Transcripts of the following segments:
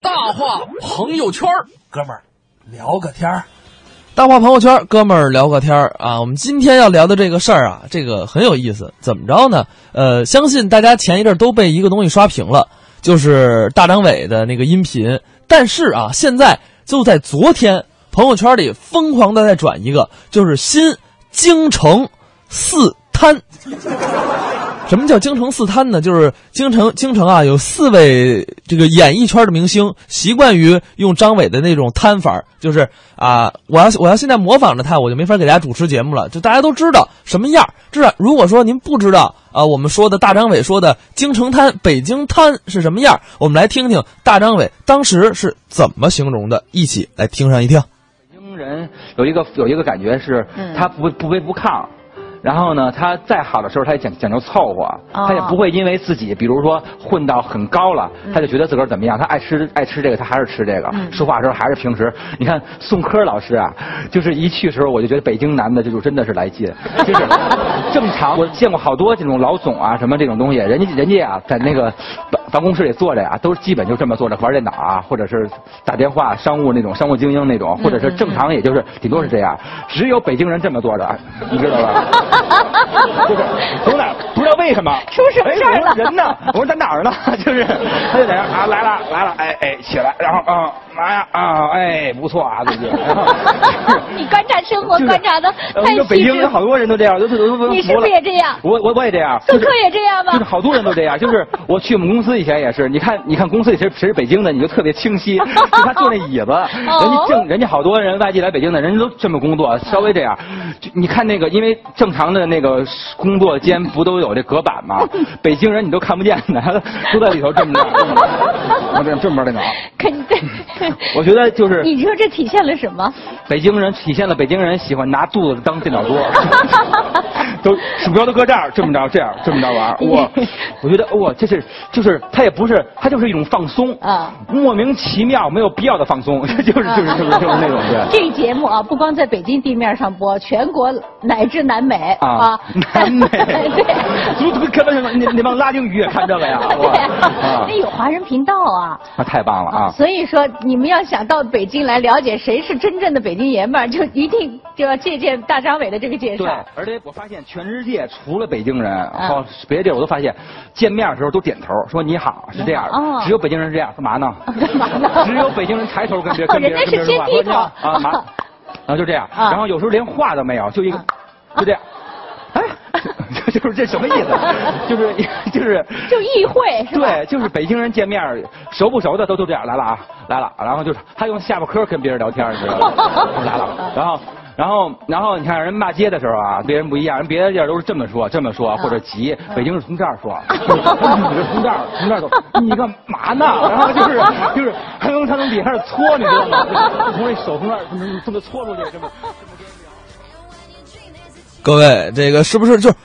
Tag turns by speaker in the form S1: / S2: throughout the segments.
S1: 大话朋友圈儿
S2: 哥们儿，聊个天儿。
S3: 大话朋友圈，哥们儿聊个天儿啊！我们今天要聊的这个事儿啊，这个很有意思。怎么着呢？呃，相信大家前一阵儿都被一个东西刷屏了，就是大张伟的那个音频。但是啊，现在就在昨天，朋友圈里疯狂的在转一个，就是新京城四摊。什么叫京城四摊呢？就是京城京城啊，有四位这个演艺圈的明星习惯于用张伟的那种摊法儿，就是啊，我要我要现在模仿着他，我就没法给大家主持节目了。就大家都知道什么样儿。至少如果说您不知道啊，我们说的大张伟说的京城摊、北京摊是什么样儿，我们来听听大张伟当时是怎么形容的，一起来听上一听。
S4: 北京人有一个有一个感觉是，他不不卑不亢，然后呢，他再好的时候他也讲讲究凑合，
S5: 哦
S4: 他也不会因为自己比如说混到很高了，他就觉得自个儿怎么样，他爱吃爱吃这个他还是吃这个，说话的时候还是平时。你看宋柯老师啊，就是一去的时候我就觉得北京男的这就真的是来劲，就是正常我见过好多这种老总啊什么这种东西，人家人家啊在那个办办公室里坐着呀、都基本就这么坐着玩电脑啊，或者是打电话商务那种商务精英那种，或者
S5: 嗯
S4: 是正常也就是顶多是这样，只有北京人这么坐着，你知道吧？ 就是从哪儿不知道为什么
S5: 出什么事儿了
S4: 哎我说 人呢？我说在哪儿呢？ 就是他就在那儿啊来了来了，哎哎起来，然后啊来呀啊哎不错啊最近。 然后
S5: 你观察生活
S4: 就是
S5: 观察的
S4: 呃
S5: 太
S4: 一个北
S5: 细
S4: 京
S5: 致
S4: 人，好多人都这样，都都都都
S5: 你是不是也这样？
S4: 我我我也这样，
S5: 宋
S4: 就是
S5: 柯也这样吗
S4: 就是好多人都这样，就是我去我们公司以前也是，你看你看公司里谁谁是北京的，你就特别清 晰，就他坐那椅子，人
S5: 哦
S4: 家正人家好多人外地来北京的，人家都这么工作，稍微这样，就你看那个因为正常的那个工作间不都有这隔板吗？北京人你都看不见的， 都在里头这么着，这么着这么着电脑，
S5: 肯定。
S4: 我觉得就是
S5: 你说这体现了什么？
S4: 北京人体现了北京人喜欢拿肚子当电脑 桌，都鼠标都搁这儿，这么着这样这么着 玩儿，哇！我觉得哇，这是就是他也不是他就是一种放松
S5: 啊
S4: 莫名其妙没有必要的放松， 就是就是就是就是那种对。
S5: 这节目啊，不光在北京地面上播，全国乃至南美，
S4: 啊，南美 啊
S5: 对。
S4: 足足开玩笑，那那帮拉丁语也看这个呀，
S5: 对
S4: 哇
S5: 啊，
S4: 啊
S5: 那，有华人频道啊，
S4: 那太棒了啊！
S5: 所以说你们要想到北京来了解谁是真正的北京爷们儿，就一定就要借鉴大张伟的这个介绍嗯
S4: 对。，而且我发现全世界除了北京人，好、别的地儿我都发现，见面的时候都点头说你好，是这样的。
S5: 哦
S4: 只有北京人是这样，干嘛呢？
S5: 干嘛呢 哦
S4: 只有北京人抬头跟别跟别
S5: 人家是
S4: 跟别人说
S5: 接地头
S4: 话说你好啊 麻，然后就这样，
S5: 啊嗯
S4: 然后有时候连话都没有，就一个、就这样， 哎，就就是这什么意思？ 就是就是
S5: 就议会是吧？
S4: 对，就是北京人见面儿熟不熟的都都这样来了啊，来了，然后就是他用下巴颏儿跟别人聊天儿，你知道吗？来了，然后。然后，然后你看人骂街的时候啊，别人不一样，人别的地儿都是这么说，这么说，
S5: 嗯
S4: 或者急。北京是从这儿说，就是你是从这儿，从这儿走，你干嘛呢？然后就是就是，他从他从底下开始搓，你知道吗？从那手从那儿这么这么搓出去，这么。
S3: 各位，这个是不是就是？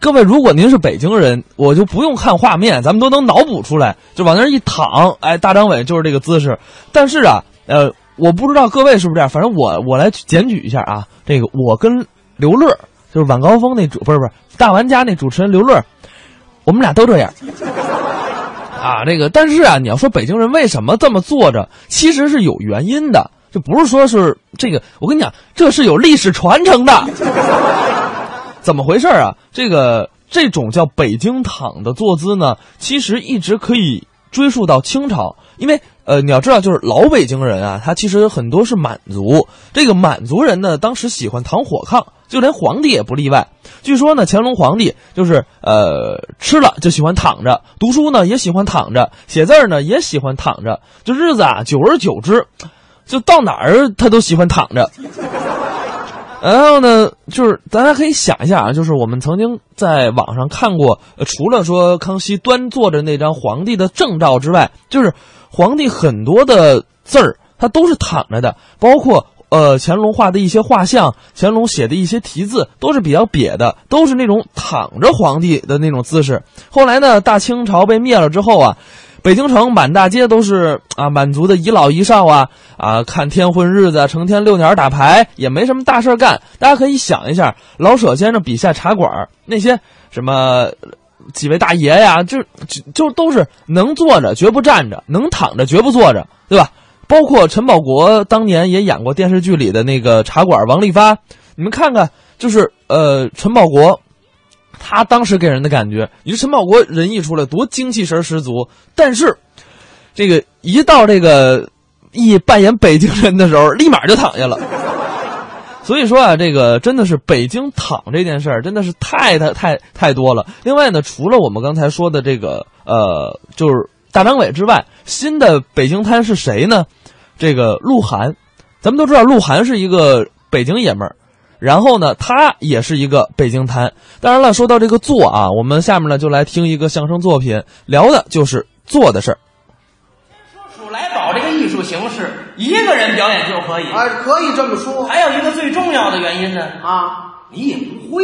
S3: 各位，如果您是北京人，我就不用看画面，咱们都能脑补出来，就往那儿一躺，哎，大张伟就是这个姿势。但是啊，呃，我不知道各位是不是这样，反正我我来检举一下啊，这个我跟刘乐，就是晚高峰那主，不是不是大玩家那主持人刘乐，我们俩都这样。 啊，这个，但是啊，你要说北京人为什么这么坐着，其实是有原因的，这不是说是这个，我跟你讲，这是有历史传承的。怎么回事啊？这个这种叫北京躺的坐姿呢，其实一直可以追溯到清朝，因为呃，你要知道，就是老北京人啊，他其实很多是满族。这个满族人呢，当时喜欢躺火炕，就连皇帝也不例外。据说呢，乾隆皇帝就是呃吃了就喜欢躺着，读书呢也喜欢躺着，写字儿呢也喜欢躺着，就日子啊，久而久之，就到哪儿他都喜欢躺着。然后呢，就是大家可以想一下啊，就是我们曾经在网上看过，呃除了说康熙端坐着那张皇帝的正照之外，就是皇帝很多的字儿，它都是躺着的，包括呃乾隆画的一些画像，乾隆写的一些题字，都是比较瘪的，都是那种躺着皇帝的那种姿势。后来呢，大清朝被灭了之后啊，北京城满大街都是啊满族的遗老遗少啊啊看天混日子啊，成天遛鸟儿打牌，也没什么大事儿干。大家可以想一下，老舍先生笔下茶馆儿那些什么几位大爷呀，就就就都是能坐着绝不站着，能躺着绝不坐着，对吧？包括陈宝国当年也演过电视剧里的那个茶馆王利发，你们看看，就是呃，陈宝国他当时给人的感觉，你说陈宝国人一出来多精气神儿十足，但是这个一到这个一扮演北京人的时候，立马就躺下了。 所以说啊，这个真的是北京躺这件事儿，真的是太太太太多了。另外呢，除了我们刚才说的这个呃，就是大张伟之外，新的北京滩是谁呢？这个鹿晗，咱们都知道鹿晗是一个北京爷们儿，然后呢，他也是一个北京滩。当然了，说到这个做啊，我们下面呢就来听一个相声作品，聊的就是做的事儿。
S6: 数来宝这个艺术形式，一个人表演就可以。
S7: 啊，可以这么说
S6: 还有一个最重要的原因呢，
S7: 啊。
S6: 你也不会。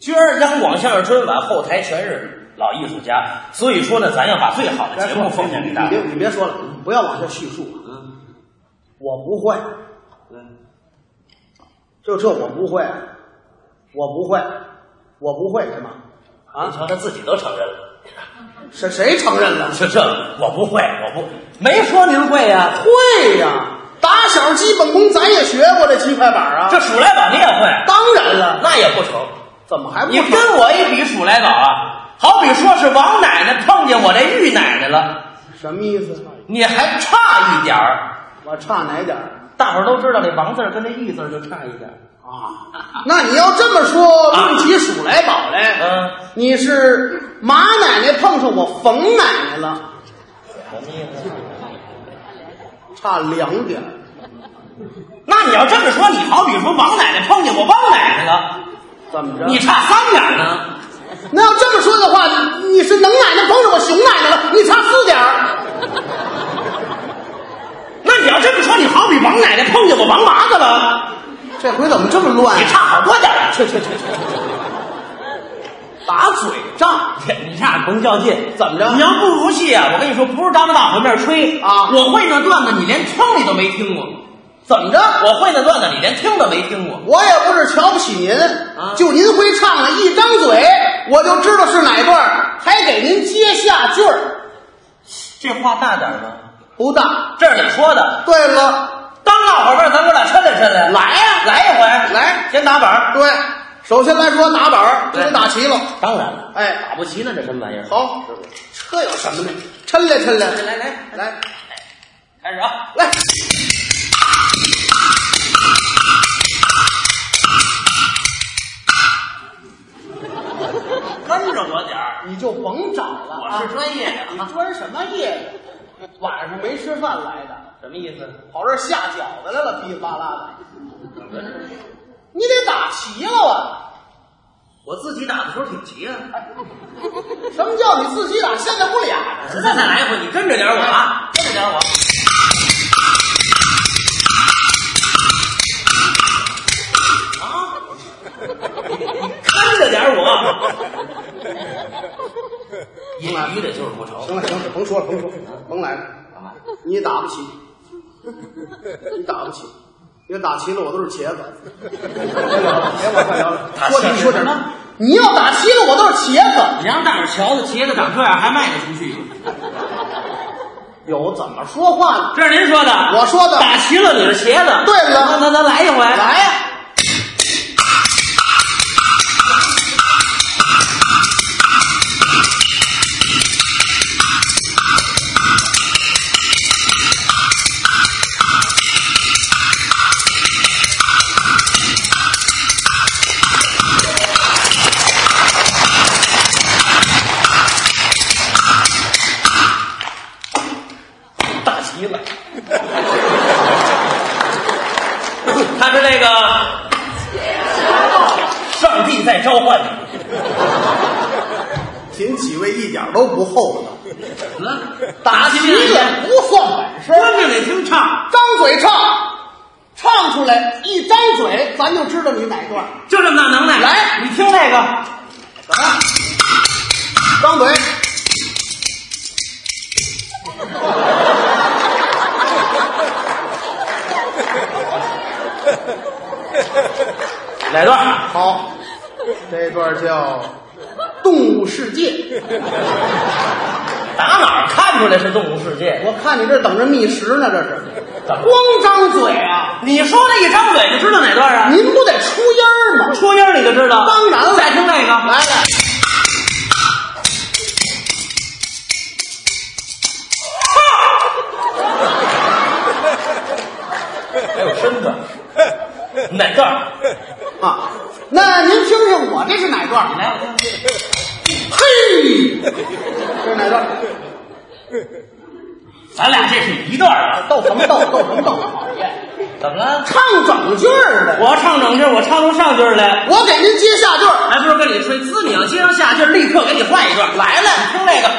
S6: 今儿央广相声春晚后台全是老艺术家，所以说呢，咱要把最好的节目奉献给大家
S7: 你别。你别说了，你不要往下叙述。嗯，我不会。嗯，就这我不会，我不会，我不会是吗？
S6: 你瞧，他自己都承认了，
S7: 谁谁承认了？
S6: 就这我不会，我不没说您会呀、
S7: 会呀、打小基本功咱也学过这七块板啊。
S6: 这数来宝你也会，
S7: 当然了，
S6: 那也不成。
S7: 怎么还不
S6: 你跟我一比数来宝啊，好比说是王奶奶碰见我这玉奶奶了，
S7: 什么意思？
S6: 你还差一点儿。
S7: 我差哪点儿
S6: 大伙儿都知道这王字儿跟这玉字儿就差一点儿。
S7: 啊？那你要这么说，
S6: 啊
S7: 论起数来宝来，
S6: 嗯，
S7: 你是马奶奶碰上我冯奶奶了，差两点儿。
S6: 那你要这么说，你好比说王奶奶碰见我汪奶奶了，
S7: 怎么着？
S6: 你差三点儿呢。
S7: 那要这么说的话，你是能奶奶碰上我熊奶奶了，你差四点儿。
S6: 那你要这么说，你好比王奶奶碰见我王麻子了，
S7: 这回怎么这么乱
S6: 你
S7: 啊？
S6: 差好多点儿。去去去，
S7: 打嘴仗，
S6: 你差甭较劲。
S7: 怎么着
S6: 你要不如戏啊，我跟你说，不是当着大伙面吹
S7: 啊
S6: 我会那段子，你连听你都没听过。
S7: 怎么着？
S6: 我会那段子，你连听都没听过。
S7: 我也不是瞧不起您，
S6: 啊
S7: 就您会唱了一张嘴，我就知道是哪段儿，还给您接下句儿，
S6: 这话大点儿吧？
S7: 不大。
S6: 这是你说的。
S7: 对了，
S6: 当大伙面，咱哥俩抻来抻来。
S7: 来呀
S6: 来一回，
S7: 来
S6: 先打板儿。
S7: 对，首先来说打板儿，这
S6: 对
S7: 得打齐了。
S6: 当然了，
S7: 哎，
S6: 打不齐呢，这什么玩意儿？
S7: 好，这有什么呢？抻来抻来，
S6: 来来
S7: 来
S6: 开始啊！
S7: 来，
S6: 跟着我点儿，
S7: 你就甭找了
S6: 我
S7: 啊
S6: 是专业的
S7: 你专什么业呀？晚上没吃饭来的，
S6: 什么意思？
S7: 跑这儿下饺子来了，噼里啪啦的。你得打齐了啊！
S6: 我自己打的时候挺急啊！
S7: 什么叫你自己打？现在不俩人
S6: 再再来一回，你跟着点我啊，跟着点我。 啊！看着点我，业余的就是不嗯成。
S7: 行了行了，甭说了甭说了，甭来了，你打不起，你打不起，因为打齐了我都是茄子。别往下聊了，说你说什么？你要打齐了我都是茄子，
S6: 你让大伙瞧瞧，茄子长这样还卖得出去？
S7: 有怎么说话呢？
S6: 这是您说的，
S7: 我说的
S6: 打齐了你是茄子。
S7: 对了
S6: 那那咱来一回，
S7: 来呀、
S6: 打齐了。他是那个上帝在召唤你。
S7: 您几位一点都不厚道，
S6: 打
S7: 你也不算本事。
S6: 关键得听唱，
S7: 张嘴唱，唱出来一张嘴，咱就知道你哪段。
S6: 就这么大能耐。
S7: 来
S6: 你听那个，
S7: 怎么？张嘴。
S6: 哪段？
S7: 好，这段叫动物世界，
S6: 打哪儿看出来是动物世界？
S7: 我看你这等着觅食呢，这是
S6: 怎么
S7: 光张嘴啊！
S6: 你说那一张嘴，你知道哪段啊？
S7: 您不得出烟儿吗？
S6: 戳音儿你就知道。
S7: 当然了
S6: 再听那个，
S7: 来来，
S6: 还有身子，哪段儿？
S7: 啊，那您听听我这是哪段？
S6: 来，我听听。
S7: 嘿，这是哪段？
S6: 咱俩这是一段儿啊，
S7: 逗什么逗？逗什么逗？讨厌！
S6: 怎么了？
S7: 唱整句儿的，
S6: 我唱整句儿，我唱出上句儿来。
S7: 我给您接下句儿。
S6: 还不是跟你吹，滋你要接上下句儿，立刻给你换一段。来来，听那个。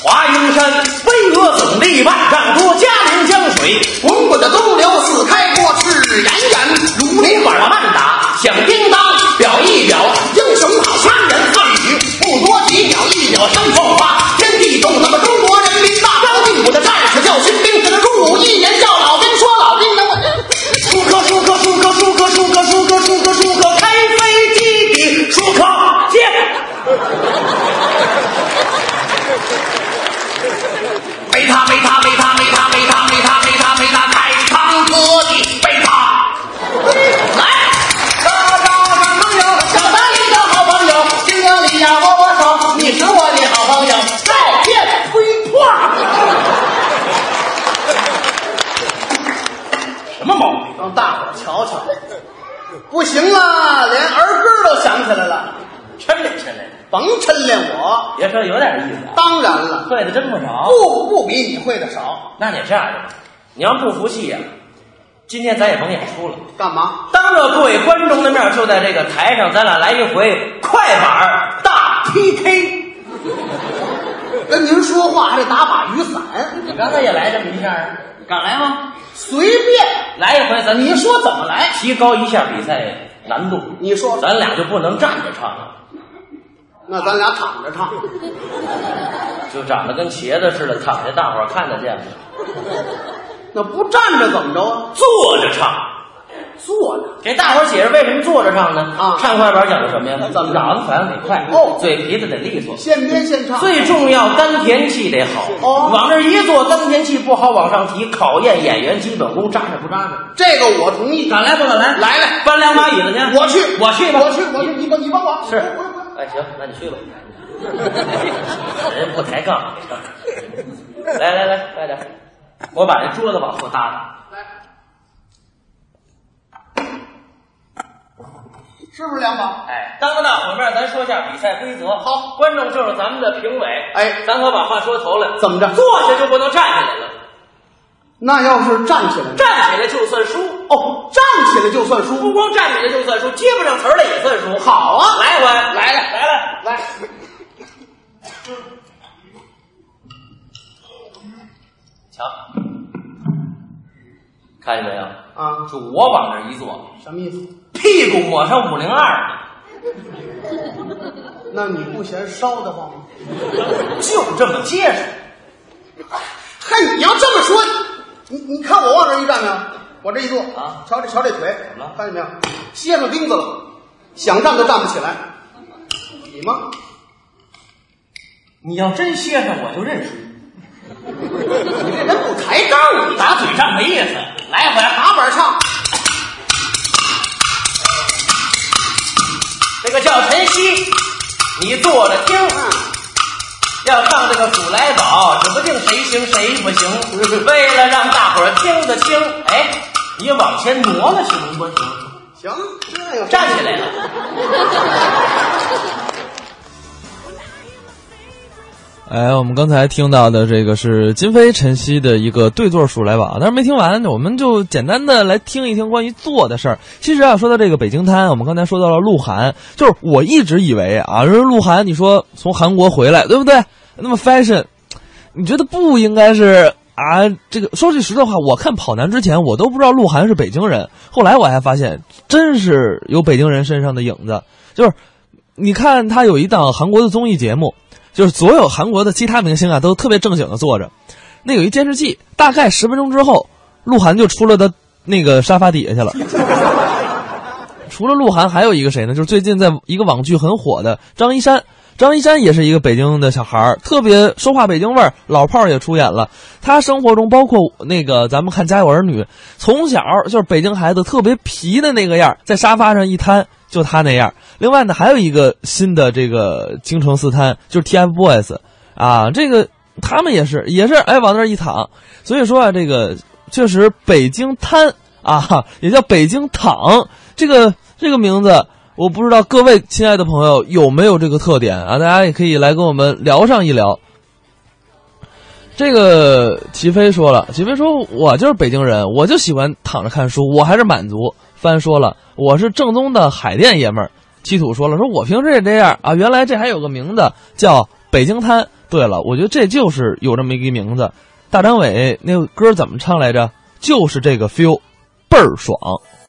S6: 华阴山巍峨耸立万丈多，嘉陵江水
S7: 滚滚的东流四开锅，赤炎炎如
S6: 你
S7: 林
S6: 管
S7: 管
S6: 儿
S7: 儿
S6: 慢
S7: 慢打。
S6: 打响叮当，表一表，
S7: 英雄好汉，
S6: 杀人汉语
S7: 不多几秒，一秒三风花。天地动，那么中国人民大高第五的战士叫新兵，这个入伍一年叫老兵，说老兵能我
S6: 舒克舒克舒克舒克舒克舒克舒克舒克，开飞机的舒克接。贝塔贝塔贝塔贝塔贝塔贝塔贝塔贝塔，开膛破壁贝塔。
S7: 小白你的好朋友，经常你呀握握手，你是我的好朋友。再见，推话。
S6: 什么毛病？
S7: 让大伙儿瞧瞧，不行啊，连儿歌都想起来了，
S6: 抻来抻来，
S7: 甭抻敛我。
S6: 别说有点意思啊，
S7: 当然了，
S6: 会的真不少。
S7: 不不比你会的少，
S6: 那你这样吧，你要不服气呀、今天咱也甭演出了，
S7: 干嘛？
S6: 当着各位观众的面，就在这个台上，咱俩来一回快板大 PK。
S7: 跟您说话还得打把雨伞，
S6: 你刚才也来这么一下啊？敢来吗？
S7: 随便。
S6: 来一回，咱
S7: 你说怎么来？
S6: 提高一下比赛难度。
S7: 你说
S6: 咱俩就不能站着唱了，
S7: 那咱俩躺着唱，
S6: 就长得跟茄子似的，躺下大伙儿看得见吗？
S7: 那不站着怎么着啊？
S6: 坐着唱。
S7: 坐着。
S6: 给大伙儿解释为什么坐着唱呢？
S7: 啊
S6: 唱快板讲究什么呀？
S7: 怎么着
S6: 脑子反应得快，
S7: 哦
S6: 嘴皮子得利索，
S7: 现编现唱，
S6: 最重要丹田气得好。
S7: 哦
S6: 往这儿一坐，丹田气不好往上提，考验演员基本功扎实不扎实。
S7: 这个我同意。
S6: 敢来不敢来？
S7: 来来
S6: 搬两把椅子去。
S7: 我去，
S6: 我去吧。
S7: 我去，我去，你帮，你帮我。
S6: 是
S7: 我我我。
S6: 哎，行，那你去吧。人不抬杠。来来来，快点，我把这桌子往后搭搭。
S7: 是不是两把？
S6: 哎，当着大伙面，咱说下比赛规则。
S7: 好
S6: 观众就是咱们的评委。
S7: 哎
S6: 咱可把话说头了。
S7: 怎么着
S6: 坐下就不能站起来了，
S7: 那要是站起来呢，
S6: 站起来就算输。
S7: 哦，站起来就算
S6: 不
S7: 输。
S6: 光站起来就算输，接不上词儿来也算输。
S7: 好啊
S6: 来一回，来了，来了。
S7: 来，
S6: 瞧，看见没有？
S7: 啊
S6: 就我往这儿一坐，
S7: 什么意思？
S6: 屁股抹上五零二，
S7: 那你不嫌烧得慌吗？
S6: 就这么结实。
S7: 嘿，你要这么说，你你看我往这一站没有？我这一坐
S6: 啊
S7: 瞧这瞧这腿，
S6: 怎么了
S7: 看见没有？歇上钉子了，想站都站不起来。你吗？
S6: 你要真歇上，我就认输。
S7: 你这人不抬杠，你
S6: 打嘴仗没意思，来一回。
S7: 打板唱。
S6: 这个叫晨曦，你坐着听。啊要唱这个《鼠来宝》，指不定谁行谁不行。为了让大伙儿听得清，哎，你往前挪了行不行？
S7: 行，这有
S6: 站起来了，
S3: 哎，我们刚才听到的这个是金飞晨曦的一个对座数来宝，但是没听完，我们就简单的来听一听关于坐的事儿。其实啊，说到这个北京滩，我们刚才说到了鹿晗，就是我一直以为啊，人鹿晗，你说从韩国回来，对不对？那么 fashion，你觉得不应该是啊？这个说句实在话，我看《跑男》之前，我都不知道鹿晗是北京人，后来我还发现，真是有北京人身上的影子。就是你看他有一档韩国的综艺节目，就是所有韩国的其他明星啊都特别正经的坐着，那有一监视器，大概十分钟之后，鹿晗就出了他那个沙发底下去了。除了鹿晗，还有一个谁呢？就是最近在一个网剧很火的张一山。张一山也是一个北京的小孩儿，特别说话北京味儿，老炮儿也出演了。他生活中包括那个咱们看《家有儿女》，从小就是北京孩子特别皮的那个样儿，在沙发上一瘫，就他那样儿。另外呢，还有一个新的这个京城四滩，就是 TFBOYS 啊，这个他们也是也是哎往那儿一躺。所以说啊，这个确实北京瘫啊， 也叫北京躺，这个这个名字。我不知道各位亲爱的朋友有没有这个特点啊？大家也可以来跟我们聊上一聊。这个齐飞说了，齐飞说我就是北京人，我就喜欢躺着看书，我还是满族。帆说了，我是正宗的海淀爷们儿。七土说了，说我平时也这样啊。原来这还有个名字叫北京滩。对了，我觉得这就是有这么一个名字。大张伟那个歌怎么唱来着？就是这个 feel，倍儿爽。